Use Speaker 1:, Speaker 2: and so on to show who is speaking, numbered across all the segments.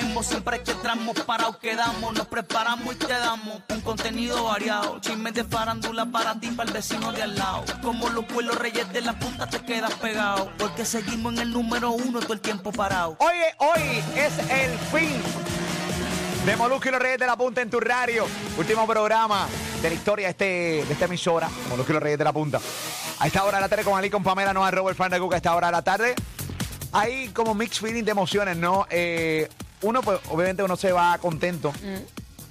Speaker 1: Hemos siempre que entramos parados quedamos, nos preparamos y te damos un contenido variado, chismes de farándula para ti, para el vecino de al lado. Como los pueblos reyes de la punta te quedas pegado, porque seguimos en el número uno todo el tiempo parado.
Speaker 2: Oye, hoy es el fin de Molusco y los Reyes de la Punta en tu radio. Último programa de la historia de, este, de esta emisora, Molusco y los Reyes de la Punta. A esta hora de la tarde con Ali, con Pamela, no a Robert Fan de Cook a esta hora de la tarde. Hay como mixed feeling de emociones, ¿no? Eh, uno, pues, obviamente uno se va contento.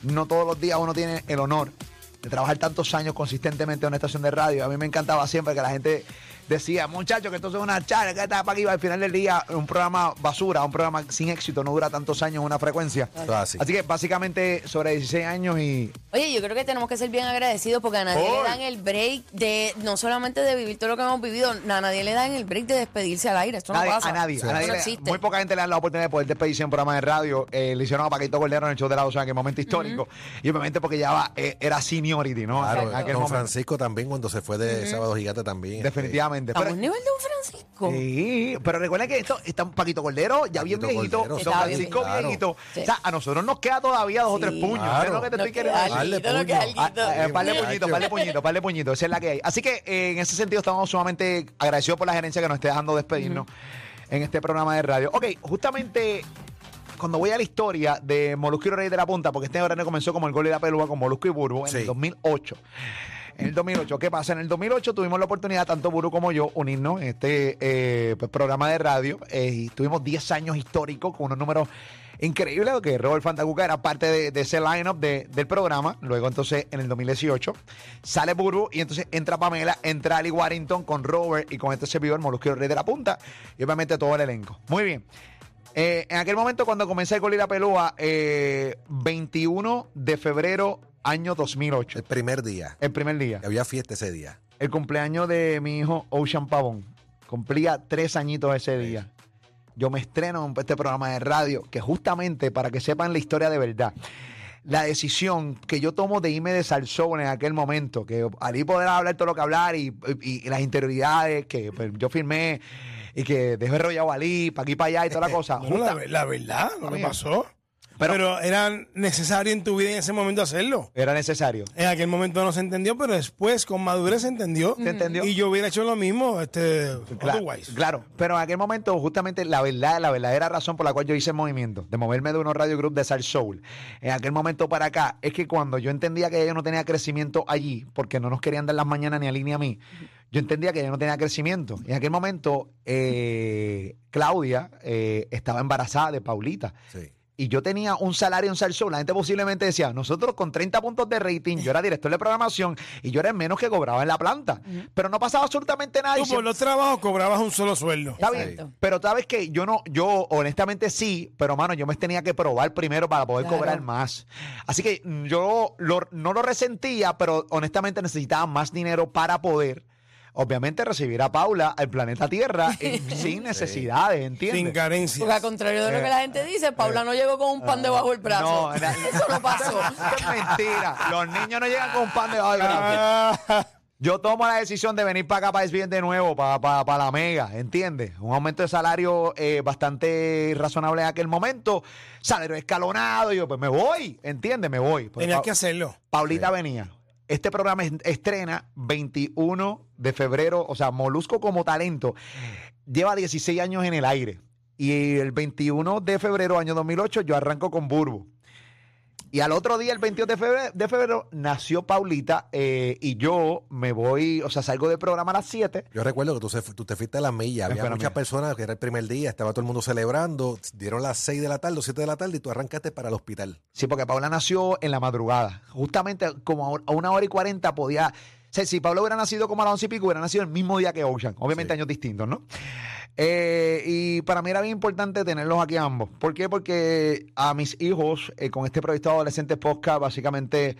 Speaker 2: No todos los días uno tiene el honor de trabajar tantos años consistentemente en una estación de radio. A mí me encantaba siempre que la gente decía, muchachos, que esto es una charla, que está para aquí. Al final del día, un programa basura, un programa sin éxito, no dura tantos años en una frecuencia.
Speaker 3: así.
Speaker 2: Así que básicamente sobre 16 años y
Speaker 4: Oye, yo creo que tenemos que ser bien agradecidos porque a nadie le dan el break de, no solamente de vivir todo lo que hemos vivido, a nadie le dan el break de despedirse al aire. Esto
Speaker 2: nadie-
Speaker 4: no pasa.
Speaker 2: a nadie,
Speaker 4: Esto
Speaker 2: a nadie
Speaker 4: no
Speaker 2: le-
Speaker 4: existe.
Speaker 2: muy poca gente le dan la oportunidad de poder despedirse en un programa de radio. Eh, le hicieron a Paquito Cordero en el show de la doceava, que es un momento histórico. Y obviamente porque ya va, eh, era seniority, ¿no?
Speaker 3: Claro,
Speaker 2: en aquel
Speaker 3: don
Speaker 2: momento.
Speaker 3: Francisco también cuando se fue de Sábado Gigante también. este,
Speaker 2: Definitivamente.
Speaker 4: Estamos
Speaker 2: Pero-
Speaker 4: al nivel de un Francisco.
Speaker 2: Sí, pero recuerden que esto está un Paquito Cordero, ya bien
Speaker 3: Paquito
Speaker 2: viejito,
Speaker 3: Cordero,
Speaker 2: Don
Speaker 4: Estaba bien
Speaker 2: Francisco
Speaker 3: viejito.
Speaker 2: viejito.
Speaker 4: Sí.
Speaker 2: O sea, a nosotros nos queda todavía dos o
Speaker 4: Sí.
Speaker 2: tres puños.
Speaker 3: Claro.
Speaker 2: Es lo que te
Speaker 4: Nos
Speaker 2: estoy
Speaker 4: queda
Speaker 2: queriendo decir.
Speaker 3: Darle
Speaker 4: Alguito, lo que
Speaker 3: puño.
Speaker 2: Ah,
Speaker 4: alguito.
Speaker 2: eh, par de
Speaker 3: Ay,
Speaker 2: puñitos,
Speaker 3: qué
Speaker 2: par de puñitos, par de puñitos. Esa es la que hay. Así que eh, en ese sentido estamos sumamente agradecidos por la gerencia que nos esté dejando despedirnos en este programa de radio. Ok, justamente cuando voy a la historia de Molusco y los Reyes de la Punta, porque este horario comenzó como el gol de la pelúa con Molusco y Burbu en
Speaker 3: Sí.
Speaker 2: el 2008. En el 2008, ¿qué pasa? En el 2008 tuvimos la oportunidad, tanto Buru como yo, unirnos en este eh, pues, programa de radio eh, y tuvimos 10 años históricos con unos números increíbles, que Robert Fantacuca era parte de, de ese line-up de- del programa. Luego, entonces, en el 2018, sale Buru y entonces entra Pamela, entra Ali Warrington con Robert y con este servidor Molusquero Rey de la Punta y obviamente todo el elenco. Muy bien. Eh, en aquel momento, cuando comencé el gol y la pelúa, eh, 21 de febrero, año 2008.
Speaker 3: este, El primer día.
Speaker 2: El primer día.
Speaker 3: Había fiesta ese día.
Speaker 2: El cumpleaños de mi hijo Ocean Pavón. Cumplía tres añitos ese día. Yo me estreno en este programa de radio, que justamente para que sepan la historia de verdad, la decisión que yo tomo de irme de Salsón en aquel momento, que Ali podrá hablar todo lo que hablar y, y- y las interioridades que pues, yo firmé y que dejé rollado a Ali, para aquí para allá y toda la cosa.
Speaker 5: Bueno, la, ve- la verdad, no me
Speaker 2: Amigo.
Speaker 5: pasó.
Speaker 2: Pero-
Speaker 5: Pero, era necesario en tu vida en ese momento hacerlo.
Speaker 2: Era necesario.
Speaker 5: En aquel momento no se entendió, pero después con madurez se entendió.
Speaker 2: ¿Se entendió?
Speaker 5: Y yo hubiera hecho lo mismo, este,
Speaker 2: Claro,
Speaker 5: otherwise.
Speaker 2: claro, pero en aquel momento justamente la verdad, la verdadera razón por la cual yo hice el movimiento de moverme de unos radio group de Sal Soul en aquel momento para acá es que cuando yo entendía que yo no tenía crecimiento allí porque no nos querían dar las mañanas ni a línea a mí, yo entendía que yo no tenía crecimiento. En aquel momento eh, Claudia eh, estaba embarazada de Paulita
Speaker 3: Sí.
Speaker 2: y yo tenía un salario en Salsón, la gente posiblemente decía, nosotros con 30 puntos de rating, yo era director de programación y yo era el menos que cobraba en la planta. Pero no pasaba absolutamente nada. y
Speaker 5: Tú por los trabajos cobrabas un solo sueldo.
Speaker 2: Está bien,
Speaker 4: Exacto.
Speaker 2: pero sabes que yo no, yo honestamente sí, pero mano, yo me tenía que probar primero para poder
Speaker 4: Claro.
Speaker 2: cobrar más. Así que mm, yo lo- no lo resentía, pero honestamente necesitaba más dinero para poder, obviamente, recibir a Paula al planeta Tierra eh, sin necesidades,
Speaker 5: Sin
Speaker 2: ¿entiendes?
Speaker 5: carencia.
Speaker 4: Porque al contrario de lo que la gente dice, Paula no llegó con un pan debajo del brazo.
Speaker 2: Eh, No, era-
Speaker 4: Eso no pasó.
Speaker 2: Eso es mentira. Los niños no llegan con pan debajo del brazo.
Speaker 5: Ah,
Speaker 2: Yo tomo la decisión de venir para acá, para bien de nuevo, para, para, para la mega, ¿entiendes? Un aumento de salario eh, bastante razonable en aquel momento, salario escalonado, y yo pues me voy, ¿entiendes? Me voy. Pues,
Speaker 5: tenías
Speaker 2: Pa-
Speaker 5: que hacerlo.
Speaker 2: Paulita venía. Este programa es- estrena 21 de febrero, o sea, Molusco como talento. Lleva 16 años en el aire. Y el 21 de febrero, año 2008, yo arranco con Burbo. Y al otro día, el 22 de febrero, de febrero nació Paulita eh, y yo me voy, o sea, salgo del programa a las 7.
Speaker 3: Yo recuerdo que tú, se- tú te fuiste a la milla. Había
Speaker 2: Espérame.
Speaker 3: muchas personas que era el primer día, estaba todo el mundo celebrando. Dieron las 6 de la tarde o 7 de la tarde y tú arrancaste para el hospital.
Speaker 2: Sí, porque Paula nació en la madrugada. Justamente como a un- a una hora y cuarenta podía. O sea, si Paula hubiera nacido como a las once y pico, hubiera nacido el mismo día que Ocean. Obviamente
Speaker 3: Sí.
Speaker 2: años distintos, ¿no? Eh, y para mí era bien importante tenerlos aquí ambos. ¿Por qué? Porque a mis hijos, eh, con este proyecto de Adolescentes Podcast, básicamente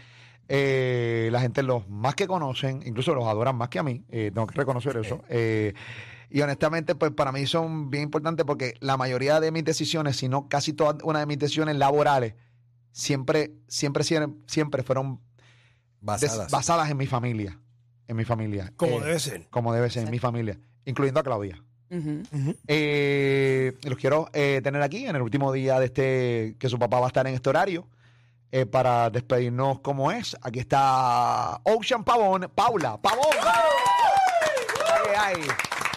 Speaker 2: eh, la gente los más que conocen, incluso los adoran más que a mí, eh, tengo que reconocer eso. Eh, y honestamente, pues para mí son bien importantes porque la mayoría de mis decisiones, si no casi todas una de mis decisiones laborales, siempre, siempre, siempre, siempre fueron des-
Speaker 3: Basadas.
Speaker 2: basadas en mi familia. En mi familia.
Speaker 5: Como
Speaker 2: Eh,
Speaker 5: debe ser.
Speaker 2: Como debe ser, en mi familia. Incluyendo a Claudia.
Speaker 4: Ujú.
Speaker 2: Eh, los quiero eh, tener aquí en el último día de este que su papá va a estar en este horario eh, para despedirnos como es. Aquí está Ocean Pavón, Paula, Pavón. ¿Qué hay?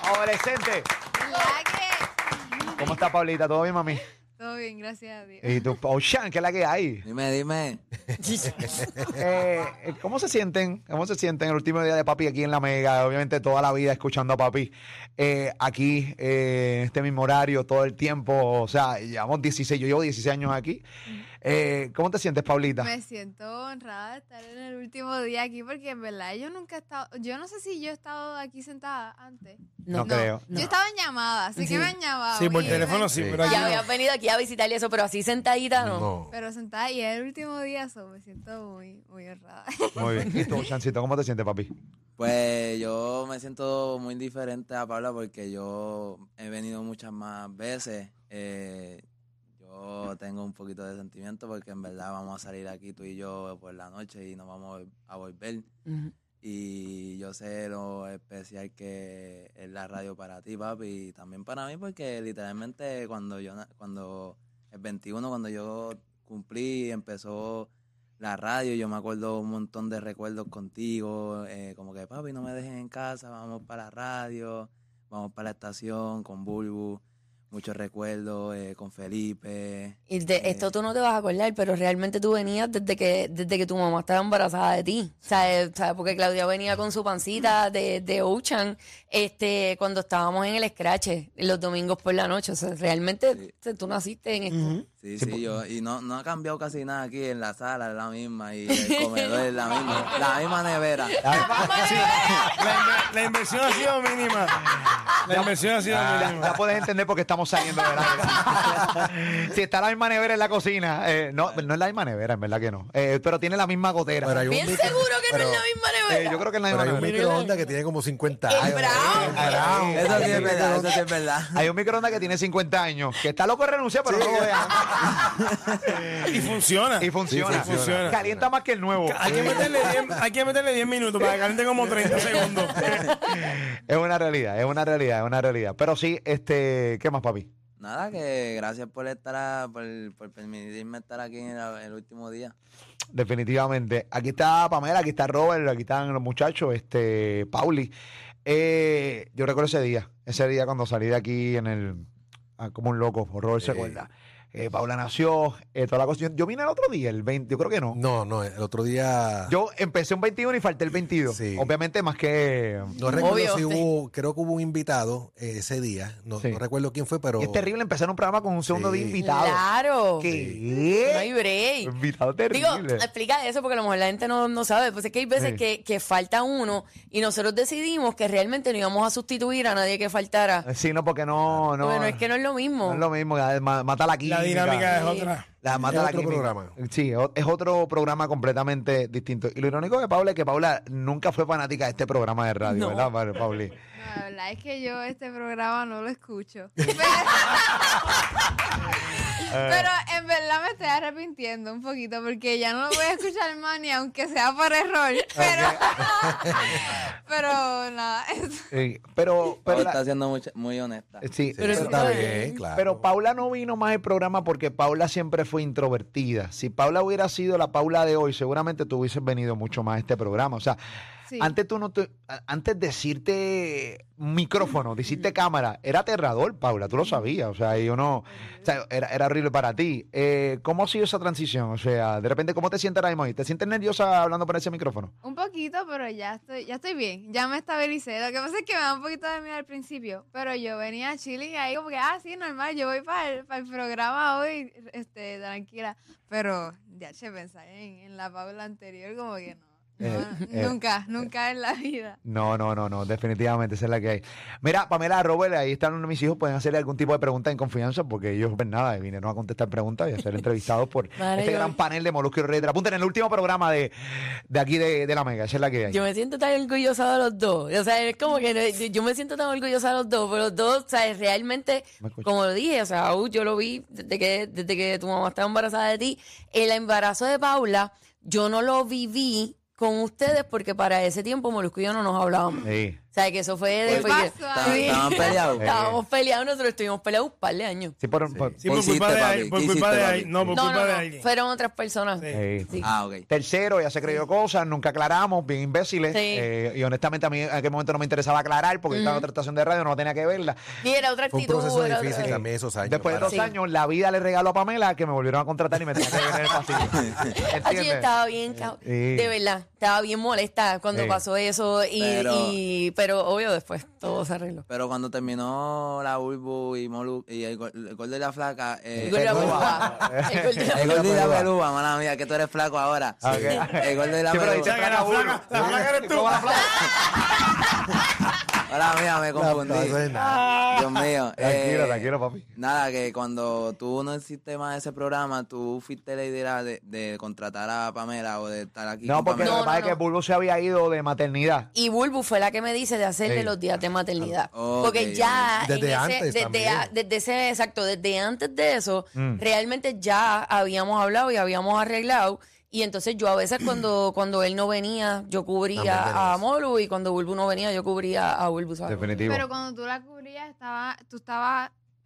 Speaker 2: Adolescente. ¿Cómo está Paulita? ¿Todo bien, mami?
Speaker 6: Todo bien, gracias a Dios.
Speaker 2: Y tú, Ocean, ¿qué es la que hay?
Speaker 7: Dime, dime.
Speaker 2: Eh, eh, ¿Cómo se sienten? ¿Cómo se sienten el último día de papi aquí en la Mega? Obviamente toda la vida escuchando a papi eh, aquí, eh, en este mismo horario, todo el tiempo. O sea, llevamos 16, yo llevo 16 años aquí. Eh, ¿Cómo te sientes, Paulita?
Speaker 6: Me siento honrada de estar en el último día aquí porque en verdad yo nunca he estado, yo no sé si yo he estado aquí sentada antes.
Speaker 2: No creo.
Speaker 6: Yo estaba en llamada, así
Speaker 4: Sí.
Speaker 6: que me han llamado.
Speaker 5: Sí, por
Speaker 6: y-
Speaker 5: teléfono sí,
Speaker 3: Sí.
Speaker 5: pero aquí
Speaker 4: Ya
Speaker 5: no.
Speaker 4: habías venido aquí a visitar y eso, pero así sentadita no.
Speaker 3: No.
Speaker 6: Pero sentada y es el último día, so, me siento muy, muy honrada.
Speaker 2: Muy bien. ¿Y tú, Chancito, cómo te sientes, papi?
Speaker 7: Pues yo me siento muy diferente a Paula porque yo he venido muchas más veces. Eh, yo tengo un poquito de sentimiento porque en verdad vamos a salir aquí tú y yo por la noche y nos vamos a volver.
Speaker 4: Ujú.
Speaker 7: Y yo sé lo especial que es la radio para ti, papi, y también para mí, porque literalmente cuando yo, na- cuando el 21, cuando yo cumplí, empezó la radio, yo me acuerdo un montón de recuerdos contigo, eh, como que, papi, no me dejes en casa, vamos para la radio, vamos para la estación con Bulbu, muchos recuerdos eh, con Felipe. eh,
Speaker 4: Y de esto tú no te vas a acordar, pero realmente tú venías desde que desde que tu mamá estaba embarazada de ti. ¿Sabes? ¿Sabes? Porque Claudia venía con su pancita de, de Ocean este, cuando estábamos en el escrache, los domingos por la noche. O sea, realmente te- tú naciste en esto.
Speaker 7: Sí, sí, yo, y no, no ha cambiado casi nada aquí en la sala, es la misma, y el comedor es la misma, la misma nevera.
Speaker 2: Ah,
Speaker 5: La, inve- la inversión ha sido mínima. La inversión ha sido
Speaker 3: Ah.
Speaker 2: Ya, Ah.
Speaker 5: mínima.
Speaker 2: ya puedes entender por qué estamos saliendo de la Si está la misma nevera en la cocina. eh, no, no es la misma nevera, en verdad que no. Eh, pero tiene la misma gotera.
Speaker 3: Pero hay un
Speaker 4: Bien
Speaker 3: micro-
Speaker 4: seguro que
Speaker 3: pero-
Speaker 4: no es la misma
Speaker 2: Eh,
Speaker 4: nevera.
Speaker 2: yo creo que es la misma
Speaker 3: Pero hay un
Speaker 2: nevera.
Speaker 3: microondas que tiene como 50
Speaker 4: El
Speaker 3: años.
Speaker 4: Brown.
Speaker 3: Brown.
Speaker 7: Eso sí es verdad, eso sí es verdad.
Speaker 2: Hay un microondas que tiene 50 años, que está loco de renunciar, pero no lo vean.
Speaker 5: Y funciona.
Speaker 2: Y funciona.
Speaker 5: Sí, funciona.
Speaker 2: Calienta más que el nuevo.
Speaker 5: Hay que, meterle 10, hay que meterle 10 minutos para que caliente como 30 segundos.
Speaker 2: Es una realidad, es una realidad, es una realidad. Pero sí, este, ¿qué más, papi?
Speaker 7: Nada, que gracias por estar, a- por, por permitirme estar aquí en la- el último día.
Speaker 2: Definitivamente. Aquí está Pamela, aquí está Robert, aquí están los muchachos, este, Pauli. Eh, yo recuerdo ese día, ese día cuando salí de aquí en el, ah, como un loco, Robert se
Speaker 3: Sí.
Speaker 2: acuerda. Eh, Paula nació, eh, toda la cosa. Yo, yo vine el otro día, el 20, yo creo que no.
Speaker 3: No, no, el otro día.
Speaker 2: Yo empecé un 21 y falté el 22.
Speaker 3: Sí.
Speaker 2: Obviamente más que...
Speaker 3: no recuerdo
Speaker 4: Obvio,
Speaker 3: si
Speaker 4: sí.
Speaker 3: hubo, creo que hubo un invitado eh, ese día. No,
Speaker 2: Sí.
Speaker 3: no recuerdo quién fue, pero.
Speaker 2: Y es terrible empezar un programa con un segundo
Speaker 3: Sí.
Speaker 2: de invitado.
Speaker 4: Claro.
Speaker 2: ¿Qué?
Speaker 4: No hay break.
Speaker 2: Invitado terrible.
Speaker 4: Digo, explica eso porque a lo mejor la gente no, no sabe. Pues es que hay veces
Speaker 2: Sí.
Speaker 4: que, que falta uno y nosotros decidimos que realmente no íbamos a sustituir a nadie que faltara.
Speaker 2: Sí, no, porque no, no.
Speaker 4: ah, bueno, es que no es lo mismo.
Speaker 2: no es lo mismo. ya, ma- Mata la química.
Speaker 5: La dinámica es otra.
Speaker 2: La mata
Speaker 3: Es
Speaker 2: la
Speaker 3: otro
Speaker 2: química.
Speaker 3: programa.
Speaker 2: Sí, es o- es otro programa completamente distinto. Y lo irónico de Paula es que Paula nunca fue fanática de este programa de radio, ¿verdad, Pa- Pauli?
Speaker 6: No, la verdad es que yo este programa no lo escucho.
Speaker 5: Eh.
Speaker 6: Pero en verdad me estoy arrepintiendo un poquito porque ya no lo voy a escuchar más ni aunque sea por error. Pero, pero nada, es-
Speaker 2: Eh, pero, pero,
Speaker 7: Paula
Speaker 2: la-
Speaker 7: está siendo muy, muy honesta.
Speaker 2: sí,
Speaker 3: Sí, pero
Speaker 4: eso
Speaker 3: está
Speaker 4: está
Speaker 3: bien,
Speaker 4: bien.
Speaker 3: claro.
Speaker 2: Pero Paula no vino más al programa porque Paula siempre fue introvertida. Si Paula hubiera sido la Paula de hoy, seguramente tú hubieses venido mucho más a este programa. O sea,
Speaker 6: sí.
Speaker 2: antes tú no te- a- antes decirte micrófono, decirte cámara, era aterrador, Paula, tú lo sabías. O sea, yo no, o sea, era, era horrible para ti. Eh, ¿Cómo ha sido esa transición? O sea, de repente, ¿cómo te sientes ahora mismo? ahí? ¿Te sientes nerviosa hablando por ese micrófono?
Speaker 6: Un poquito, pero ya estoy, ya estoy bien. Ya me estabilicé. Lo que pasa es que me da un poquito de miedo al principio. Pero yo venía a Chile y ahí como que, ah, sí, normal, yo voy para el, para el programa hoy, este, tranquila. Pero ya se pensar en, en la Paula anterior, como que no.
Speaker 2: Eh, eh,
Speaker 6: nunca, nunca en la vida.
Speaker 2: No, no, no, no, definitivamente esa es la que hay. Mira, Pamela, Robert, ahí están mis hijos, pueden hacerle algún tipo de pregunta en confianza porque ellos, pues nada, vinieron a contestar preguntas y a ser entrevistados por
Speaker 4: Madre,
Speaker 2: este
Speaker 4: yo-
Speaker 2: gran panel de Molusco y Rey de la Punta en el último programa de, de aquí de, de La Mega, esa es la que hay.
Speaker 4: Yo me siento tan orgullosa de los dos. O sea, es como que no- yo- yo me siento tan orgullosa de los dos, pero los dos, o sea, realmente,
Speaker 2: Me escucho.
Speaker 4: como lo dije, o sea, Aú, yo lo vi desde que, desde que tu mamá estaba embarazada de ti. El embarazo de Paula, yo no lo viví con ustedes porque para ese tiempo Molusco y yo no nos hablábamos.
Speaker 2: Sí.
Speaker 4: O sea, que eso fue después
Speaker 6: pasa
Speaker 4: que-
Speaker 6: ahí?
Speaker 4: Sí.
Speaker 7: Estaban peleados.
Speaker 4: Estábamos peleados, nosotros estuvimos peleados un par de años.
Speaker 2: Sí, por, por-
Speaker 5: Sí, por
Speaker 7: ¿Qué
Speaker 5: culpa
Speaker 7: hiciste,
Speaker 5: de
Speaker 7: papi?
Speaker 5: ahí. Por
Speaker 7: ¿Qué
Speaker 5: culpa de
Speaker 7: hiciste,
Speaker 5: ahí.
Speaker 7: papi?
Speaker 5: No, por
Speaker 4: No,
Speaker 5: culpa
Speaker 4: no,
Speaker 5: de
Speaker 4: no,
Speaker 5: alguien.
Speaker 4: fueron otras personas.
Speaker 5: Sí.
Speaker 2: eh,
Speaker 4: Sí.
Speaker 7: Ah, ok.
Speaker 2: Tercero, ella se creyó cosas, nunca aclaramos, bien imbéciles.
Speaker 4: Sí.
Speaker 2: eh, y honestamente a mí en aquel momento no me interesaba aclarar porque estaba en otra estación de radio, no tenía que verla.
Speaker 4: Y era otra
Speaker 3: Fue un
Speaker 4: actitud.
Speaker 3: proceso
Speaker 4: era
Speaker 3: difícil
Speaker 4: otra-
Speaker 3: también esos años.
Speaker 2: Después de
Speaker 3: para-
Speaker 2: dos
Speaker 4: Sí.
Speaker 2: años, la vida le regaló a Pamela que me volvieron a contratar y me tenía que ver el pasillo.
Speaker 4: Ah, yo
Speaker 2: ¿Entiendes? Eh,
Speaker 4: estaba bien, cab-
Speaker 2: Sí.
Speaker 4: de verdad, estaba bien molesta cuando
Speaker 2: Sí.
Speaker 4: pasó eso, y,
Speaker 7: Pero-
Speaker 4: y- pero obvio después todo se arregló.
Speaker 7: Pero cuando terminó la Urbu y Molu y el, gol- el gol de la flaca, eh,
Speaker 4: El gol de la pelúa. El gol de la-
Speaker 7: el gol de la pelúa, mala mía, que tú eres flaco ahora.
Speaker 2: Ah, ok.
Speaker 7: El gol de la
Speaker 2: Sí, pero ahí
Speaker 7: pelúa.
Speaker 2: se
Speaker 5: que la
Speaker 2: traga uno.
Speaker 5: flaca- la flaca eres tú.
Speaker 2: ¿Cómo la flaca?
Speaker 7: Hola mía, me confundí.
Speaker 3: no, eso es
Speaker 7: Dios mío.
Speaker 2: Tranquilo,
Speaker 7: eh,
Speaker 2: tranquilo, papi.
Speaker 7: Nada, que cuando tú no hiciste más ese programa, tú fuiste la idea de, de contratar a Pamela o de estar aquí.
Speaker 2: No,
Speaker 7: con
Speaker 2: porque lo que
Speaker 7: Pamela.
Speaker 4: No,
Speaker 2: pasa
Speaker 4: no,
Speaker 2: es que
Speaker 4: no.
Speaker 2: Bulbo se había ido de maternidad.
Speaker 4: Y Bulbu fue la que me dice de hacerle
Speaker 2: Sí.
Speaker 4: los días de maternidad.
Speaker 7: Ah, Ok,
Speaker 4: Porque ya.
Speaker 3: ok. Desde
Speaker 4: en ese-
Speaker 3: antes
Speaker 4: Desde,
Speaker 3: también.
Speaker 4: a- desde ese, exacto, desde antes de eso,
Speaker 2: Mm.
Speaker 4: realmente ya habíamos hablado y habíamos arreglado. Y entonces yo a veces cuando, cuando él no venía, yo
Speaker 3: También
Speaker 4: cubría
Speaker 3: tenés.
Speaker 4: a Molu y cuando Bulbu no venía, yo cubría a Bulbu. ¿sabes?
Speaker 2: Definitivo.
Speaker 6: Pero cuando tú la cubrías, estaba, tú estabas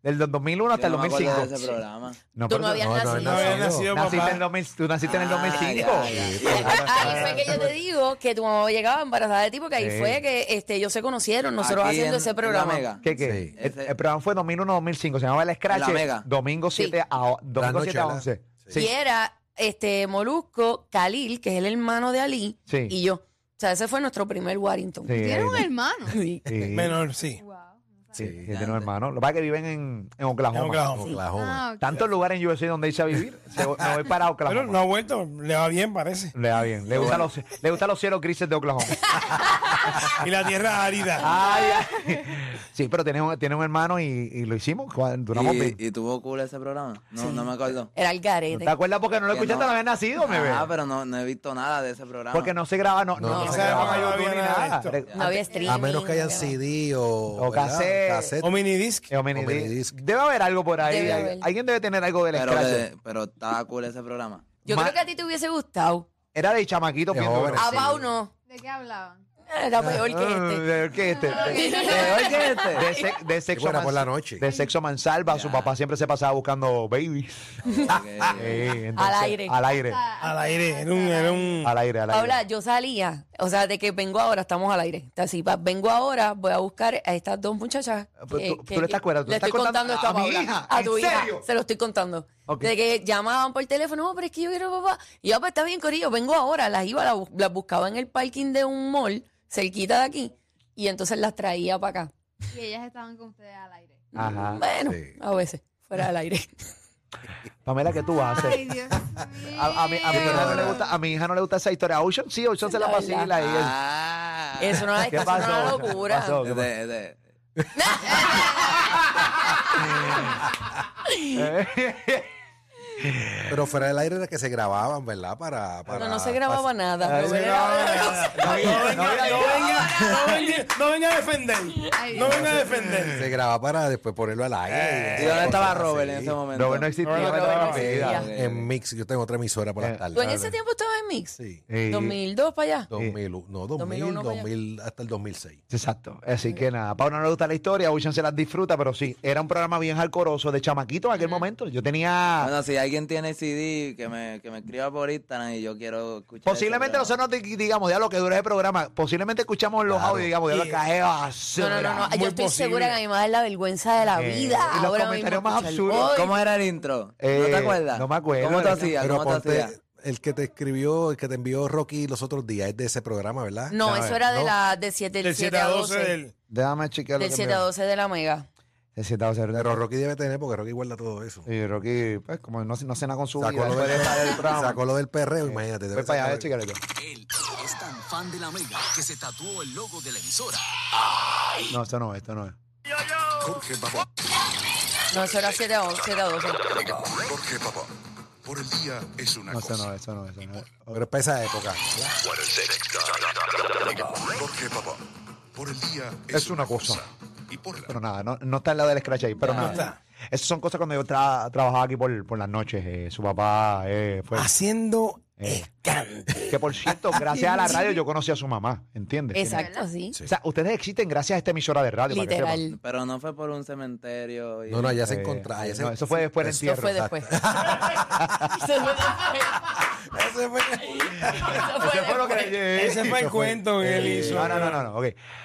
Speaker 2: Del, del 2001 hasta
Speaker 7: Yo no
Speaker 2: el
Speaker 7: me acuerdo
Speaker 2: 2005.
Speaker 7: de ese programa.
Speaker 2: No,
Speaker 4: Tú
Speaker 2: pero
Speaker 4: no habías nacido.
Speaker 5: No había nacido,
Speaker 2: naciste en
Speaker 5: papá.
Speaker 2: el 2000, tú naciste en el
Speaker 7: Ah,
Speaker 2: 2005.
Speaker 7: ya, ya.
Speaker 4: Ah, Ahí fue que yo te digo que tu mamá llegaba embarazada de ti, porque ahí
Speaker 2: Sí.
Speaker 4: fue que este, ellos se conocieron, nosotros
Speaker 7: Aquí
Speaker 4: haciendo
Speaker 7: en-
Speaker 4: ese
Speaker 7: en la
Speaker 4: programa.
Speaker 7: Mega.
Speaker 2: ¿Qué, qué?
Speaker 3: Sí.
Speaker 2: El, el programa fue 2001-2005, se llamaba El Scratch.
Speaker 7: La Mega.
Speaker 2: Domingo 7 a, domingo
Speaker 3: noche,
Speaker 2: 7 a
Speaker 3: ¿verdad?
Speaker 2: 11.
Speaker 4: Y era este Molusco, Khalil, que es el hermano de Ali,
Speaker 2: Sí.
Speaker 4: y yo. O sea, ese fue nuestro primer Warrington.
Speaker 2: Sí,
Speaker 6: Tienes un
Speaker 2: ahí-
Speaker 6: hermano.
Speaker 4: Sí.
Speaker 2: sí.
Speaker 5: Menor, sí.
Speaker 6: Wow.
Speaker 2: Sí,
Speaker 3: Sí,
Speaker 2: tiene un hermano. Lo que pasa es que viven en, en Oklahoma.
Speaker 5: En Oklahoma.
Speaker 2: Oh,
Speaker 3: Oklahoma.
Speaker 6: Ah, ok.
Speaker 2: Tantos lugares en USA donde irse a vivir. Se, me voy para Oklahoma.
Speaker 5: Pero no ha vuelto. Le va bien, parece.
Speaker 2: Le da bien. Le gustan los, le gustan los cielos grises de Oklahoma.
Speaker 5: Y la tierra árida.
Speaker 2: Ay, ay. Sí, pero tiene un, tiene un hermano y, y lo hicimos. Cuando- Duramos bien.
Speaker 7: Y, y tuvo cool ese programa. No, no me acuerdo.
Speaker 4: Era el
Speaker 2: ¿No
Speaker 4: garete.
Speaker 2: ¿Te acuerdas? Porque no lo
Speaker 7: Que
Speaker 2: escuchaste
Speaker 7: no.
Speaker 2: al haber nacido, me
Speaker 7: Ah,
Speaker 2: ve.
Speaker 7: pero no, no he visto nada de ese programa.
Speaker 2: Porque no se graba, no, no,
Speaker 3: No,
Speaker 2: no
Speaker 3: no
Speaker 2: se
Speaker 3: se
Speaker 2: graba
Speaker 3: graba,
Speaker 2: a
Speaker 5: no
Speaker 2: YouTube ni
Speaker 5: había nada de
Speaker 2: nada.
Speaker 5: esto.
Speaker 2: Re-
Speaker 4: no había streaming.
Speaker 3: A menos que hayan
Speaker 4: no había-
Speaker 3: CD o,
Speaker 2: O
Speaker 3: ¿verdad?
Speaker 2: cassette.
Speaker 5: O minidisc.
Speaker 2: Eh, o mini
Speaker 3: mini
Speaker 2: disc.
Speaker 3: disc.
Speaker 2: Debe haber algo por ahí.
Speaker 4: Debe
Speaker 2: Hay-
Speaker 4: haber.
Speaker 2: Alguien debe tener algo del
Speaker 7: pero,
Speaker 2: scratch.
Speaker 7: que- pero estaba cool ese programa.
Speaker 4: Yo
Speaker 2: Ma-
Speaker 4: creo que a ti te hubiese gustado.
Speaker 2: Era de chamaquito
Speaker 3: De
Speaker 2: viendo.
Speaker 3: jóvenes.
Speaker 4: A
Speaker 3: Sí.
Speaker 4: Pau no.
Speaker 6: ¿De qué hablaban?
Speaker 4: Era peor que este.
Speaker 2: De que este.
Speaker 7: Oye, este.
Speaker 2: De, sex- de sexo
Speaker 3: buena por
Speaker 2: mans-
Speaker 3: la noche.
Speaker 2: De sexo mansalva. Su papá siempre se pasaba buscando babies.
Speaker 7: Porque-
Speaker 2: Eh, entonces,
Speaker 4: Al aire.
Speaker 2: Al aire.
Speaker 5: Al aire. Era un. Era un
Speaker 2: Al aire, al aire.
Speaker 4: Paula, yo salía, o sea, de que vengo ahora, estamos al aire. Así, pa- vengo ahora, voy a buscar a estas dos muchachas.
Speaker 2: Pero
Speaker 4: que-
Speaker 2: Ah, pues tú-
Speaker 4: que-
Speaker 2: tú le estás cuerda, tú
Speaker 4: le
Speaker 2: estás
Speaker 4: estoy
Speaker 2: contando
Speaker 4: contando esto
Speaker 2: a
Speaker 4: a
Speaker 2: mi
Speaker 4: Paula.
Speaker 2: hija,
Speaker 4: A
Speaker 2: ¿en
Speaker 4: tu hija.
Speaker 2: serio?
Speaker 4: Se lo estoy contando.
Speaker 2: Ok.
Speaker 4: De que llamaban por teléfono, no, pero es que yo quiero papá. Y yo, pues está bien, Corillo, vengo ahora. Las iba, las, bu- las buscaba en el parking de un mall, cerquita de aquí, y entonces las traía para acá.
Speaker 6: Y ellas estaban con ustedes al aire.
Speaker 2: Ajá.
Speaker 4: Bueno,
Speaker 3: Sí.
Speaker 4: a veces, fuera del aire.
Speaker 2: Pamela, ¿qué tú vas a
Speaker 6: Ay,
Speaker 2: hacer?
Speaker 6: Dios mío.
Speaker 2: A, a mi, a mi hija no le gusta, a mi hija no le gusta esa historia. Ocean, sí, Ocean se la
Speaker 4: La
Speaker 2: vacila.
Speaker 4: verdad.
Speaker 2: y es-
Speaker 7: Ah.
Speaker 4: Eso no es
Speaker 2: ¿Qué
Speaker 4: eso no es
Speaker 2: pasó?
Speaker 4: una
Speaker 2: Ocean? ¿Qué
Speaker 4: locura.
Speaker 2: pasó? ¿Qué pasó?
Speaker 7: Ese- ese-
Speaker 3: Pero fuera del aire era que se grababan, ¿verdad? Para, para
Speaker 4: No, no se grababa nada.
Speaker 2: Ah,
Speaker 4: Robert,
Speaker 2: se
Speaker 4: era-
Speaker 5: No venga, no venga, no venga, no venga a defender.
Speaker 6: Ay,
Speaker 5: No
Speaker 6: Dios.
Speaker 5: venga a defender.
Speaker 3: Se grababa para después ponerlo al aire.
Speaker 7: Eh, ¿Y dónde estaba Robert en ese momento?
Speaker 2: Robert no existía.
Speaker 5: Robert no
Speaker 2: estaba
Speaker 5: existía.
Speaker 2: vacila.
Speaker 7: Eh,
Speaker 3: En Mix, yo tengo otra emisora por
Speaker 2: Eh,
Speaker 3: la tarde.
Speaker 4: ¿Tú en ese tiempo estabas en Mix?
Speaker 3: Sí.
Speaker 7: Eh,
Speaker 2: Sí.
Speaker 4: 2002 para allá.
Speaker 3: 2000, no, 2000,
Speaker 4: 2001 para allá.
Speaker 3: 2000, hasta el 2006.
Speaker 2: Exacto. Así que nada, Pau no le gusta la historia, Ocean se las disfruta, pero sí, era un programa bien alcoroso de chamaquito en aquel momento. Yo tenía
Speaker 7: Bueno, si hay alguien tiene el CD, que me, que me escriba por Instagram y yo quiero escuchar. ese
Speaker 2: Posiblemente
Speaker 7: programa.
Speaker 2: nosotros dig- digamos, ya lo que dura el programa, posiblemente escuchamos los audios y digamos, ya lo
Speaker 5: Sí.
Speaker 2: que es
Speaker 4: No,
Speaker 2: basura.
Speaker 4: no, no, no.
Speaker 5: Muy
Speaker 4: Yo estoy
Speaker 5: posible.
Speaker 4: segura que a mi madre es la vergüenza de la
Speaker 2: Eh,
Speaker 4: vida.
Speaker 2: y los
Speaker 4: ahora
Speaker 2: comentarios
Speaker 4: mismo
Speaker 2: más
Speaker 4: escuchar-
Speaker 2: absurdos.
Speaker 4: ¡Ay!
Speaker 7: ¿Cómo era el intro? ¿No
Speaker 2: Eh,
Speaker 7: te acuerdas?
Speaker 2: no me acuerdo.
Speaker 7: ¿Cómo te hacías?
Speaker 3: Pero
Speaker 7: ¿Cómo te
Speaker 3: ponte
Speaker 7: hacías?
Speaker 3: el que te escribió, el que te envió Rocky los otros días, es de ese programa, ¿verdad?
Speaker 4: No,
Speaker 3: Ah,
Speaker 4: eso era de
Speaker 3: ¿no?
Speaker 4: la de 7
Speaker 5: Del 7 a 12 del...
Speaker 2: Déjame chequear lo
Speaker 4: Del
Speaker 2: que
Speaker 4: 7
Speaker 2: me-
Speaker 4: a 12 de la mega.
Speaker 2: Del 7 a 12.
Speaker 3: Pero Rocky debe tener, porque Rocky guarda todo eso.
Speaker 2: Y Rocky, pues, como no, no cena con su vida,
Speaker 3: Sacó lo,
Speaker 2: después
Speaker 3: del,
Speaker 2: de estar en el programa.
Speaker 3: sacó lo del perreo, imagínate. debe
Speaker 2: Voy para allá,
Speaker 3: sacar-
Speaker 2: eh, chequearlo yo.
Speaker 8: Él es tan fan de la Mega que se tatuó el logo de la emisora.
Speaker 2: No, esto no es, esto no es.
Speaker 8: Jorge Babón,
Speaker 4: No, eso era 7 a 11, 7 a 12.
Speaker 8: Jorge Babón. Por el día es una
Speaker 2: No, esto no es, esto no es, esto no es.
Speaker 3: Pero es para esa época.
Speaker 8: Por el sexto. Jorge Babón. Por el día eh.
Speaker 2: Es una cosa.
Speaker 8: Y por la
Speaker 2: Pero nada, no, no está al lado del scratch ahí, pero nada. Esas son cosas cuando yo tra- trabajaba aquí por, por las noches. eh, su papá eh, fue.
Speaker 5: Haciendo
Speaker 2: Eh.
Speaker 5: escándalo.
Speaker 2: Que por cierto, gracias a la radio yo conocí a su mamá, ¿entiendes?
Speaker 4: Exacto, sí.
Speaker 2: O sea, ustedes existen gracias a esta emisora de radio. para que sepan.
Speaker 4: Literal.
Speaker 7: Pero no fue por un cementerio. Y
Speaker 3: No, no, allá se
Speaker 2: Eh,
Speaker 3: encontraba. allá se-
Speaker 2: no, eso fue después del
Speaker 4: Eso
Speaker 2: entierro.
Speaker 4: fue después. Eso fue después.
Speaker 3: Eso fue-
Speaker 4: Eso fue
Speaker 2: Eso fue lo que-
Speaker 4: después.
Speaker 5: Ese fue el cuento que él
Speaker 3: Eh,
Speaker 5: hizo.
Speaker 2: No, no, no, no, no, ok.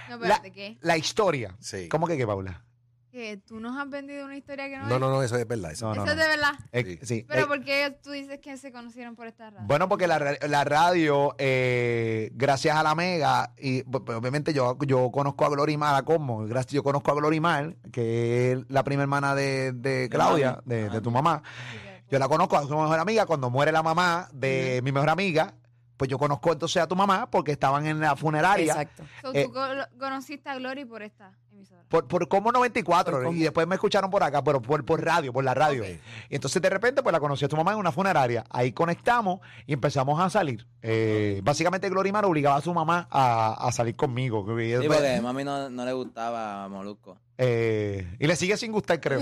Speaker 6: No,
Speaker 2: La,
Speaker 6: espérate, ¿qué?
Speaker 2: la historia.
Speaker 3: Sí.
Speaker 2: ¿Cómo que qué, Paula?
Speaker 6: Que tú nos has vendido una historia que no,
Speaker 3: No,
Speaker 6: es.
Speaker 3: no, no, eso es verdad. Eso.
Speaker 2: No, no,
Speaker 6: Eso
Speaker 2: no.
Speaker 6: es de verdad.
Speaker 2: Eh, sí,
Speaker 6: Pero
Speaker 2: eh,
Speaker 6: ¿por qué tú dices que se conocieron por esta radio?
Speaker 2: Bueno, porque la, ra- la radio, eh, gracias a la Mega, y pues, pues, obviamente yo, yo conozco a Glorimar, a Cosmo, gracias- yo conozco a Glorimar, que es la prima hermana de, de Claudia,
Speaker 7: mami.
Speaker 2: de, de
Speaker 7: Ajá.
Speaker 2: tu mamá. Yo
Speaker 6: pues,
Speaker 2: la conozco a su mejor amiga, cuando muere la mamá de mi mejor amiga, pues yo conozco entonces a tu mamá porque estaban en la funeraria.
Speaker 4: Exacto.
Speaker 6: So,
Speaker 2: eh,
Speaker 6: tú co- conociste a Glory por esta emisora.
Speaker 2: Por, por Combo 94,
Speaker 4: Por Combo.
Speaker 2: y después me escucharon por acá, pero por, por radio, por la radio. Y entonces de repente, pues la conocí a tu mamá en una funeraria. Ahí conectamos y empezamos a salir. Eh, Básicamente, Glorimar obligaba a su mamá a, a salir conmigo. Y,
Speaker 7: Sí,
Speaker 2: después-
Speaker 7: porque a mami no, no le gustaba Molusco.
Speaker 2: eh, y le sigue sin gustar, creo.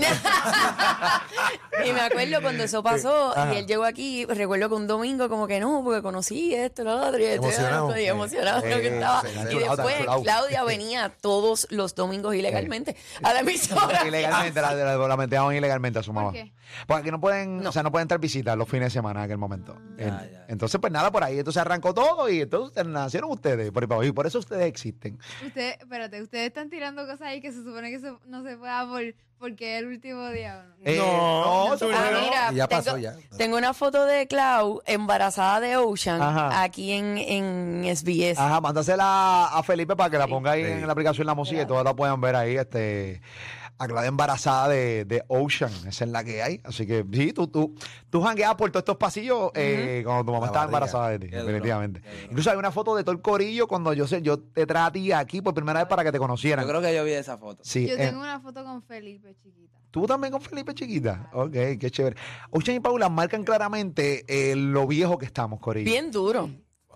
Speaker 4: Y me acuerdo cuando eso pasó y él llegó aquí, recuerdo que un domingo como que no, porque conocí esto, lo otro, y esto, y
Speaker 3: Emocionado.
Speaker 4: otro, y emocionado
Speaker 2: Eh,
Speaker 4: lo que
Speaker 2: eh,
Speaker 4: estaba.
Speaker 2: se la
Speaker 4: Y
Speaker 2: chulao, se la
Speaker 4: después
Speaker 2: chulao.
Speaker 4: Claudia venía todos los domingos ilegalmente a la emisora.
Speaker 2: ilegalmente, la, la, la metíamos ilegalmente a su mamá.
Speaker 6: qué?
Speaker 2: Porque aquí no pueden, o sea, no pueden entrar visitas los fines de semana en aquel momento. En- Entonces, pues nada, por ahí entonces arrancó todo y entonces nacieron ustedes. Por- Y por eso ustedes existen.
Speaker 6: Usted, espérate, ustedes están tirando cosas ahí que se supone que se- no se pueda por, porque es el último día. ¿o no?
Speaker 2: Eh,
Speaker 5: No,
Speaker 2: no,
Speaker 5: tú
Speaker 2: se-
Speaker 4: Ah,
Speaker 5: no.
Speaker 4: mira,
Speaker 3: Y ya
Speaker 4: tengo,
Speaker 3: pasó, ya.
Speaker 4: tengo una foto de Clau embarazada de Ocean
Speaker 2: Ajá. Ah,
Speaker 4: aquí en, en SBS.
Speaker 2: Ajá, mándasela a Felipe para que la ponga ahí en la aplicación La Música y todos la puedan ver ahí. Este, a Claudia embarazada de, de Ocean, esa es la que hay. Así que sí, tú, tú, tú jangueabas por todos estos pasillos eh, cuando tu mamá
Speaker 3: La
Speaker 2: estaba
Speaker 3: barriga.
Speaker 2: embarazada de ti,
Speaker 7: Qué duro,
Speaker 2: definitivamente.
Speaker 7: qué duro.
Speaker 2: Incluso hay una foto de todo el corillo cuando yo sé, yo te traje a ti aquí por primera vez para que te
Speaker 7: Yo
Speaker 2: conocieran.
Speaker 7: creo que yo vi esa foto.
Speaker 2: Sí,
Speaker 6: Yo
Speaker 2: eh,
Speaker 6: tengo una foto con Felipe, chiquita.
Speaker 2: Tú también con Felipe Chiquita. Ok, qué chévere. Ocean y Paula marcan claramente eh, lo viejo que estamos, corillo.
Speaker 4: Bien duro,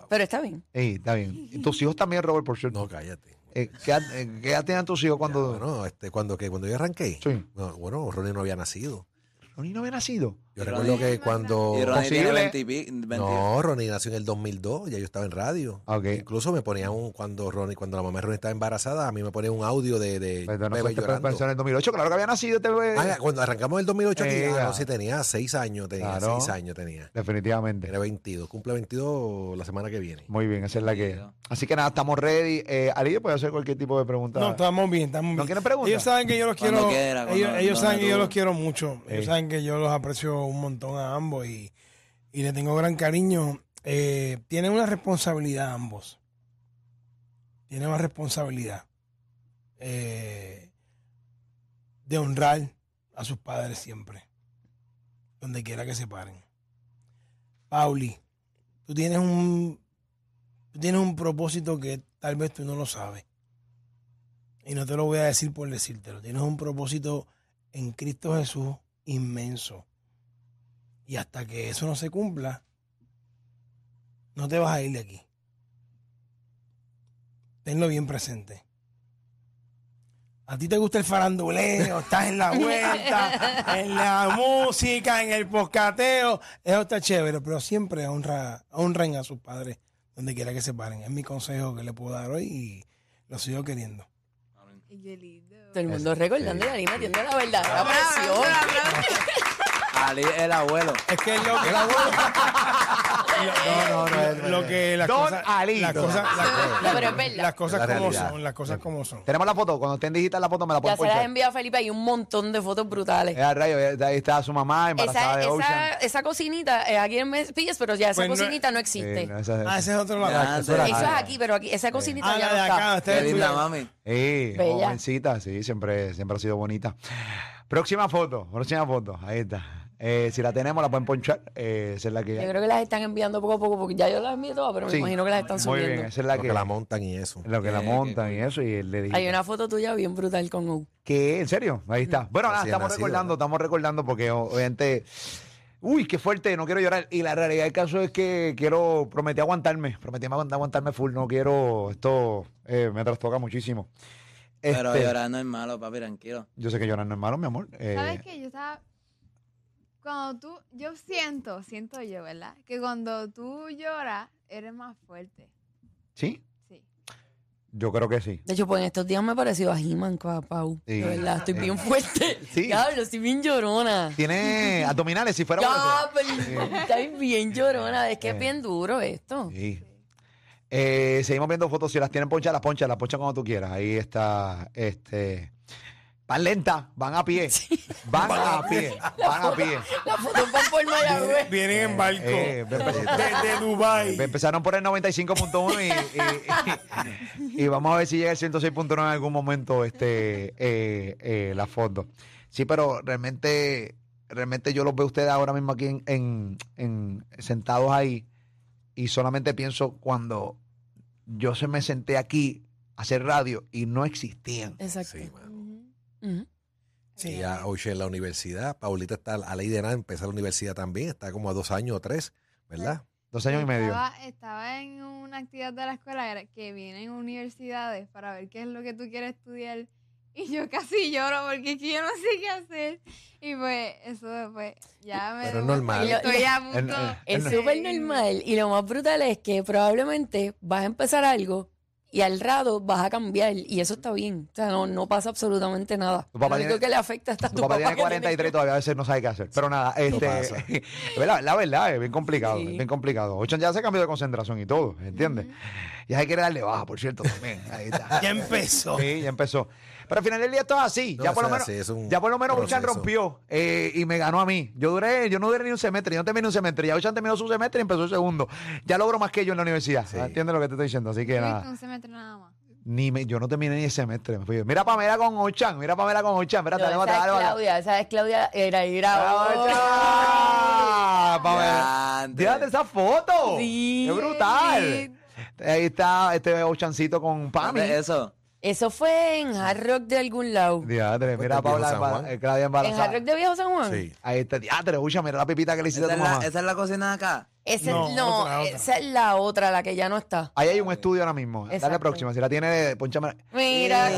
Speaker 4: pero está bien.
Speaker 2: Ey, está bien. Y Tus hijos también, Robert, por cierto.
Speaker 3: No, cállate.
Speaker 2: Eh, ¿qué, edad- eh, qué edad tenían tus hijos cuando.?
Speaker 3: Ya, bueno, este, cuando, que, cuando yo arranqué,
Speaker 2: Sí.
Speaker 3: no, bueno, Ronnie no había nacido.
Speaker 2: Ronnie no había nacido.
Speaker 3: Yo
Speaker 7: Y
Speaker 3: recuerdo
Speaker 7: Ronnie-
Speaker 3: que cuando.
Speaker 7: Y Ronnie tiene
Speaker 2: posible.
Speaker 7: 20 y pi- 20
Speaker 3: No, Ronnie nació en el 2002, ya yo estaba en radio.
Speaker 2: Ah, ok.
Speaker 3: Incluso me ponían un, cuando Ronnie, cuando la mamá de Ronnie estaba embarazada, a mí me ponían un audio de, de
Speaker 2: Pero no
Speaker 3: bebé
Speaker 2: fue este
Speaker 3: llorando.
Speaker 2: pensó en el 2008. Claro que había nacido este bebé.
Speaker 3: Ah, cuando arrancamos el 2008 aquí,
Speaker 2: Eh,
Speaker 3: ah,
Speaker 2: ya.
Speaker 3: no, sí tenía seis años, tenía
Speaker 2: Claro.
Speaker 3: seis años tenía.
Speaker 2: Definitivamente.
Speaker 3: Tiene 22, cumple 22 la semana que viene.
Speaker 2: Muy bien, esa es la que. Así que nada, estamos ready. Eh, Alidio, puede hacer cualquier tipo de pregunta.
Speaker 5: No, estamos bien, estamos bien.
Speaker 2: ¿No quieren preguntas?
Speaker 5: Ellos saben que yo los
Speaker 7: Cuando
Speaker 5: quiero.
Speaker 7: quiera, cuando-
Speaker 5: ellos ellos
Speaker 7: cuando
Speaker 5: saben que yo
Speaker 7: tú-
Speaker 5: los quiero mucho. Ellos
Speaker 2: Eh.
Speaker 5: saben que yo los aprecio un montón a ambos y, y le tengo gran cariño. Eh, tienen una responsabilidad ambos. Tienen una responsabilidad eh, de honrar a sus padres siempre, donde quiera que se paren. Pauli, tú tienes un tú tienes un propósito que tal vez tú no lo sabes. Y no te lo voy a decir por decírtelo. Tienes un propósito en Cristo Jesús inmenso. Y hasta que eso no se cumpla, no te vas a ir de aquí. Tenlo bien presente. A ti te gusta el faranduleo, estás en la vuelta, en la música, en el poscateo. Eso está chévere, pero siempre honra, honren a sus padres donde quiera que se paren. Es mi consejo que le puedo dar hoy y lo sigo queriendo.
Speaker 6: Y qué lindo.
Speaker 4: Todo el mundo recordando y Ari metiendo la verdadera
Speaker 6: Aplausos,
Speaker 4: presión.
Speaker 6: aplausos.
Speaker 7: Ali es el abuelo.
Speaker 5: Es que es lo que. no, no, no.
Speaker 3: es-
Speaker 5: lo que las
Speaker 2: Don
Speaker 5: cosas,
Speaker 2: Ali.
Speaker 5: Las cosas, las,
Speaker 4: No, pero es verdad.
Speaker 5: las cosas
Speaker 3: Es la
Speaker 5: como
Speaker 3: realidad.
Speaker 5: son, las cosas como son.
Speaker 2: Tenemos la foto, cuando estén digital la foto me la
Speaker 4: Ya
Speaker 2: pueden
Speaker 4: se las
Speaker 2: ponchar.
Speaker 4: envió a Felipe hay un montón de fotos brutales.
Speaker 2: Eh, a rayo, eh, ahí está su mamá embarazada
Speaker 4: Esa,
Speaker 2: de
Speaker 4: esa,
Speaker 2: Ocean.
Speaker 4: esa cocinita, eh, aquí en Mespillas, pero ya esa
Speaker 5: Pues no-
Speaker 4: cocinita no,
Speaker 2: Sí,
Speaker 4: existe.
Speaker 2: no, esa es-
Speaker 5: Ah, ese es otro lado.
Speaker 7: Ah,
Speaker 5: Eso
Speaker 7: de-
Speaker 4: Eso es aquí, pero aquí, esa cocinita
Speaker 5: Ah,
Speaker 4: ya
Speaker 5: la
Speaker 4: no
Speaker 5: de
Speaker 4: está.
Speaker 5: acá,
Speaker 7: Qué
Speaker 5: ustedes
Speaker 7: linda, mami.
Speaker 2: Sí,
Speaker 4: Bella.
Speaker 2: jovencita, sí, siempre, siempre ha sido bonita. Próxima foto, próxima foto, ahí está. Eh, si la tenemos, la pueden ponchar. eh, esa es la que.
Speaker 4: Yo creo que las están enviando poco a poco, porque ya yo las envío todas, pero
Speaker 2: Sí.
Speaker 4: me imagino que las están
Speaker 2: Muy
Speaker 4: subiendo.
Speaker 2: bien, esa es la
Speaker 3: Lo
Speaker 2: que,
Speaker 3: que la montan y eso.
Speaker 2: lo que la montan y eso. Y le dije,
Speaker 4: Hay una foto tuya bien brutal con U.
Speaker 2: ¿Qué? ¿En serio? Ahí está. Bueno, nada,
Speaker 3: Recién
Speaker 2: estamos
Speaker 3: nacido,
Speaker 2: recordando,
Speaker 3: ¿no?
Speaker 2: estamos recordando porque o- obviamente. Uy, qué fuerte, no quiero llorar. Y la realidad del caso es que quiero, prometí aguantarme, prometí aguant- aguantarme full, no quiero, esto eh, me trastoca muchísimo.
Speaker 7: Pero
Speaker 2: Este,
Speaker 7: llorar no es malo, papi, tranquilo.
Speaker 2: Yo sé que llorar no es malo, mi amor. eh,
Speaker 6: ¿Sabes qué? Yo estaba. Cuando tú. Yo siento, siento yo, ¿verdad? Que cuando tú lloras, eres más fuerte.
Speaker 2: ¿Sí?
Speaker 6: Sí.
Speaker 2: Yo creo que sí.
Speaker 4: De hecho, pues en estos días me pareció a He-Man, cua- Pau.
Speaker 2: Sí.
Speaker 4: De verdad, estoy bien fuerte.
Speaker 2: Sí.
Speaker 4: Diablo, estoy bien llorona.
Speaker 2: Tiene abdominales, si fuera
Speaker 4: Ya,
Speaker 2: bueno.
Speaker 4: pero estoy bien llorona. Es que
Speaker 2: Eh.
Speaker 4: es bien duro esto.
Speaker 2: Sí. Eh, seguimos viendo fotos. Si las tienen ponchas, las ponchas, las ponchas cuando tú quieras. Ahí está. Este. Van lentas, van a pie. Van a pie. Van a pie.
Speaker 4: La foto va por Mayagüez.
Speaker 5: Vienen en barco.
Speaker 2: Eh, ven pesita.
Speaker 5: Desde Dubái.
Speaker 2: Eh, Empezaron por el 95.1 y, y- y- y vamos a ver si llega el 106.1 en algún momento este eh, eh, la foto. Sí, pero realmente, realmente yo los veo a ustedes ahora mismo aquí en, en- en- sentados ahí y solamente pienso cuando yo se me senté aquí a hacer radio y no existían.
Speaker 4: Exacto.
Speaker 3: Sí, mano.
Speaker 4: Ujú.
Speaker 5: Sí.
Speaker 3: Y ya Oche en la universidad. Paulita está a ley de nada, empieza la universidad también. Está como a dos años o tres, ¿verdad?
Speaker 2: Dos años y medio.
Speaker 6: Estaba, estaba en una actividad de la escuela era- que vienen universidades para ver qué es lo que tú quieres estudiar. Y yo casi lloro porque es que yo no sé qué hacer. Y pues, eso después ya me.
Speaker 3: Pero es
Speaker 6: dio-
Speaker 3: normal.
Speaker 6: Estoy a
Speaker 2: Es-
Speaker 6: punto.
Speaker 4: Es
Speaker 2: no-
Speaker 4: súper normal. Y lo más brutal es que probablemente vas a empezar algo y al rato vas a cambiar. Y eso está bien. O sea, no, no pasa absolutamente nada.
Speaker 2: Tu papá
Speaker 4: lo único
Speaker 2: tiene-
Speaker 4: que le afecta está a
Speaker 2: Tu papá tiene
Speaker 4: que
Speaker 2: 43 y todavía a veces no sabe qué hacer. Pero nada,
Speaker 3: pasa.
Speaker 2: este, la, la verdad es bien complicado,
Speaker 4: Sí.
Speaker 2: es bien complicado. Ochan ya se cambió de concentración y todo, ¿entiendes? Ya se quiere darle baja, por cierto, también. Ahí está.
Speaker 5: Ya empezó.
Speaker 2: Sí, ya empezó. Pero al final del día todo es así.
Speaker 3: No,
Speaker 2: ya, por lo
Speaker 3: eso es
Speaker 2: menos,
Speaker 3: así, es un
Speaker 2: ya por lo menos Ochan
Speaker 3: proceso.
Speaker 2: rompió eh, y me ganó a mí. Yo duré, yo no duré ni un semestre, yo no terminé un semestre. Ya Ochan terminó su semestre y empezó el segundo. Ya logró más que yo en la universidad.
Speaker 3: Sí.
Speaker 2: ¿Entiendes lo que te estoy diciendo? Así que nada.
Speaker 6: Uy, No se mete nada más.
Speaker 2: Ni me- yo no terminé ni el semestre. Me fui. Mira Pamela con Ochan, mira Pamela con Ochan. Espérate,
Speaker 4: No,
Speaker 2: levanta,
Speaker 4: esa es
Speaker 2: levanta.
Speaker 4: Claudia, esa es Claudia, era ir a...
Speaker 2: ¡Ah, Pamela!
Speaker 7: Diante.
Speaker 2: Fíjate esa foto.
Speaker 4: Sí.
Speaker 2: ¡Qué brutal! Ahí está este Ochancito con Pami.
Speaker 7: ¿Dónde es eso?
Speaker 4: Eso fue en Hard Rock de algún lado.
Speaker 7: Pues
Speaker 2: Diadre, mira
Speaker 3: Viejo
Speaker 2: Paula,
Speaker 3: San Juan.
Speaker 2: emba- eh, Claudia
Speaker 4: ¿En Hard
Speaker 2: embarazada.
Speaker 4: Rock de Viejo San Juan?
Speaker 3: Sí.
Speaker 2: Ahí está, diadre, Ucha, mira la pepita que le hiciste
Speaker 7: ¿Esa
Speaker 2: a
Speaker 7: es,
Speaker 2: tu
Speaker 7: la,
Speaker 2: mamá.
Speaker 7: esa es la cocina de acá.
Speaker 4: Esa,
Speaker 5: No,
Speaker 4: no,
Speaker 5: otra, otra.
Speaker 4: esa es la otra, la que ya no está.
Speaker 2: Ahí hay un estudio ahora mismo. Dale
Speaker 4: Exacto.
Speaker 2: próxima, si la tiene, ponchame.
Speaker 4: Mira,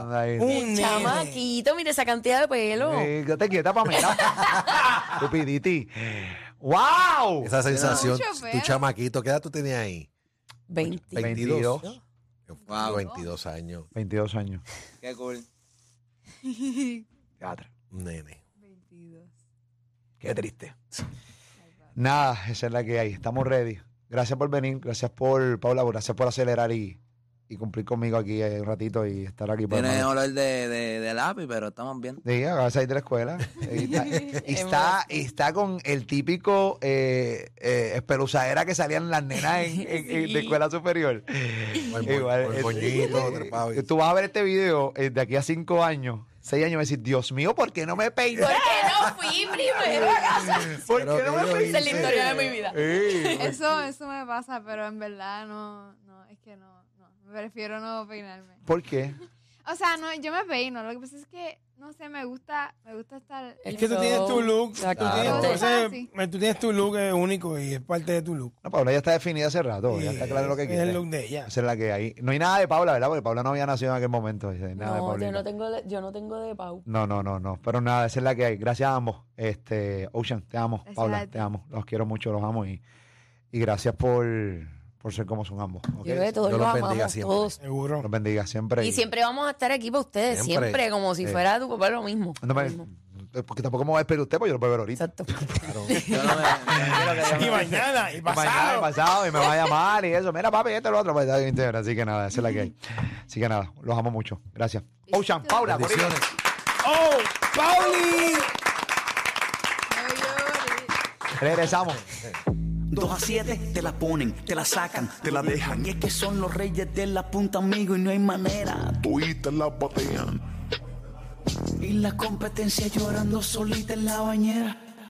Speaker 2: Anda ahí.
Speaker 5: Un
Speaker 4: no.
Speaker 5: nene.
Speaker 4: chamaquito, mira esa cantidad de pelo.
Speaker 2: Eh, Quédate quieta, Pamela. Tupiditi. ¡Wow!
Speaker 3: Esa sensación,
Speaker 6: Mucho
Speaker 3: tu
Speaker 6: peor.
Speaker 3: chamaquito, ¿qué edad tú tenías ahí?
Speaker 4: 20.
Speaker 2: 22.
Speaker 3: 22. Yo fui
Speaker 7: Wow.
Speaker 3: 22 años,
Speaker 2: 22 años.
Speaker 7: Qué cool.
Speaker 2: Diadre,
Speaker 3: nene.
Speaker 6: 22.
Speaker 2: qué triste. Nada, esa es la que hay. Estamos ready. Gracias por venir, gracias por, Paula, gracias por acelerar y, y cumplir conmigo aquí eh, un ratito y estar aquí para.
Speaker 7: Tiene olor de, de, de lápiz, pero estamos bien.
Speaker 2: Sí, acabas de salir de la escuela. Y está, y está, y está con el típico eh, eh, espeluzadera que salían las nenas en, en- en- de escuela superior.
Speaker 3: Con el bo- con el
Speaker 2: eh,
Speaker 3: moñito,
Speaker 2: eh,
Speaker 3: trepado y-
Speaker 2: Tú vas a ver este video eh, de aquí a cinco años, seis años, y vas a decir, Dios mío, ¿por qué no me peiné?
Speaker 4: ¿Por qué no fui primero a casa?
Speaker 2: ¿Por
Speaker 3: Pero
Speaker 2: qué no
Speaker 3: que
Speaker 2: me
Speaker 3: yo
Speaker 2: peiné?
Speaker 4: Esa es la historia de mi vida.
Speaker 2: Sí.
Speaker 6: Eso, eso me pasa, pero en verdad no, no, es que no, no. Prefiero no peinarme.
Speaker 2: ¿Por qué?
Speaker 6: O sea, no, yo me peino. Lo que pasa es que, no sé, me gusta, me gusta estar.
Speaker 5: Es que tú tienes tu look. Tú
Speaker 4: Exacto.
Speaker 5: tienes,
Speaker 6: Claro.
Speaker 5: ese- tú tienes tu look eh, único y es parte de tu look.
Speaker 2: No, Paula ya está definida hace rato, ya
Speaker 5: Y
Speaker 2: está claro lo que
Speaker 5: es el look
Speaker 2: quiere.
Speaker 5: de ella.
Speaker 2: Esa es la que hay. No hay nada de Paula, ¿verdad? Porque Paula no había nacido en aquel momento. Dice, Nada de
Speaker 4: No,
Speaker 2: Paulita.
Speaker 4: yo no, tengo, de- yo no tengo de Pau.
Speaker 2: No, no, no, no. Pero nada, esa es la que hay. Gracias a ambos. Este, Ocean, te amo.
Speaker 6: Gracias a
Speaker 2: Paula,
Speaker 6: ti.
Speaker 2: te amo. Los quiero mucho, los amo. Y, y gracias por, por ser como son ambos. ¿ok?
Speaker 4: Yo creo que todos
Speaker 3: Dios
Speaker 4: los
Speaker 3: los bendiga
Speaker 4: amamos,
Speaker 3: siempre.
Speaker 4: todos.
Speaker 5: Seguro.
Speaker 2: Los bendiga siempre.
Speaker 4: Y siempre vamos a estar aquí para ustedes,
Speaker 3: Siempre.
Speaker 4: siempre, como si
Speaker 2: Sí.
Speaker 4: fuera tu papá lo mismo.
Speaker 2: No me-
Speaker 4: Lo mismo.
Speaker 2: Eh, Porque tampoco me voy a despedir de usted, porque yo lo puedo ver ahorita.
Speaker 4: Exacto.
Speaker 7: Yo no me- no me quiero que
Speaker 5: Y
Speaker 7: yo me-
Speaker 5: mañana, y
Speaker 2: Mañana,
Speaker 5: pasado.
Speaker 2: pasado, y me va a llamar y eso. Mira, papi, este es lo otro. pues, está bien, chévere. Así que nada, esa es la que hay. Así que nada, los amo mucho. Gracias. Ocean, Paula, Corillo.
Speaker 3: Bendiciones.
Speaker 5: ¡Oh! ¡Pauli!
Speaker 2: regresamos.
Speaker 1: 2 a 7 te la ponen, te la sacan, te la dejan. Y es que son los reyes de la punta, amigo, y no hay manera.
Speaker 8: Todita la batean.
Speaker 1: Y la competencia llorando solita en la bañera.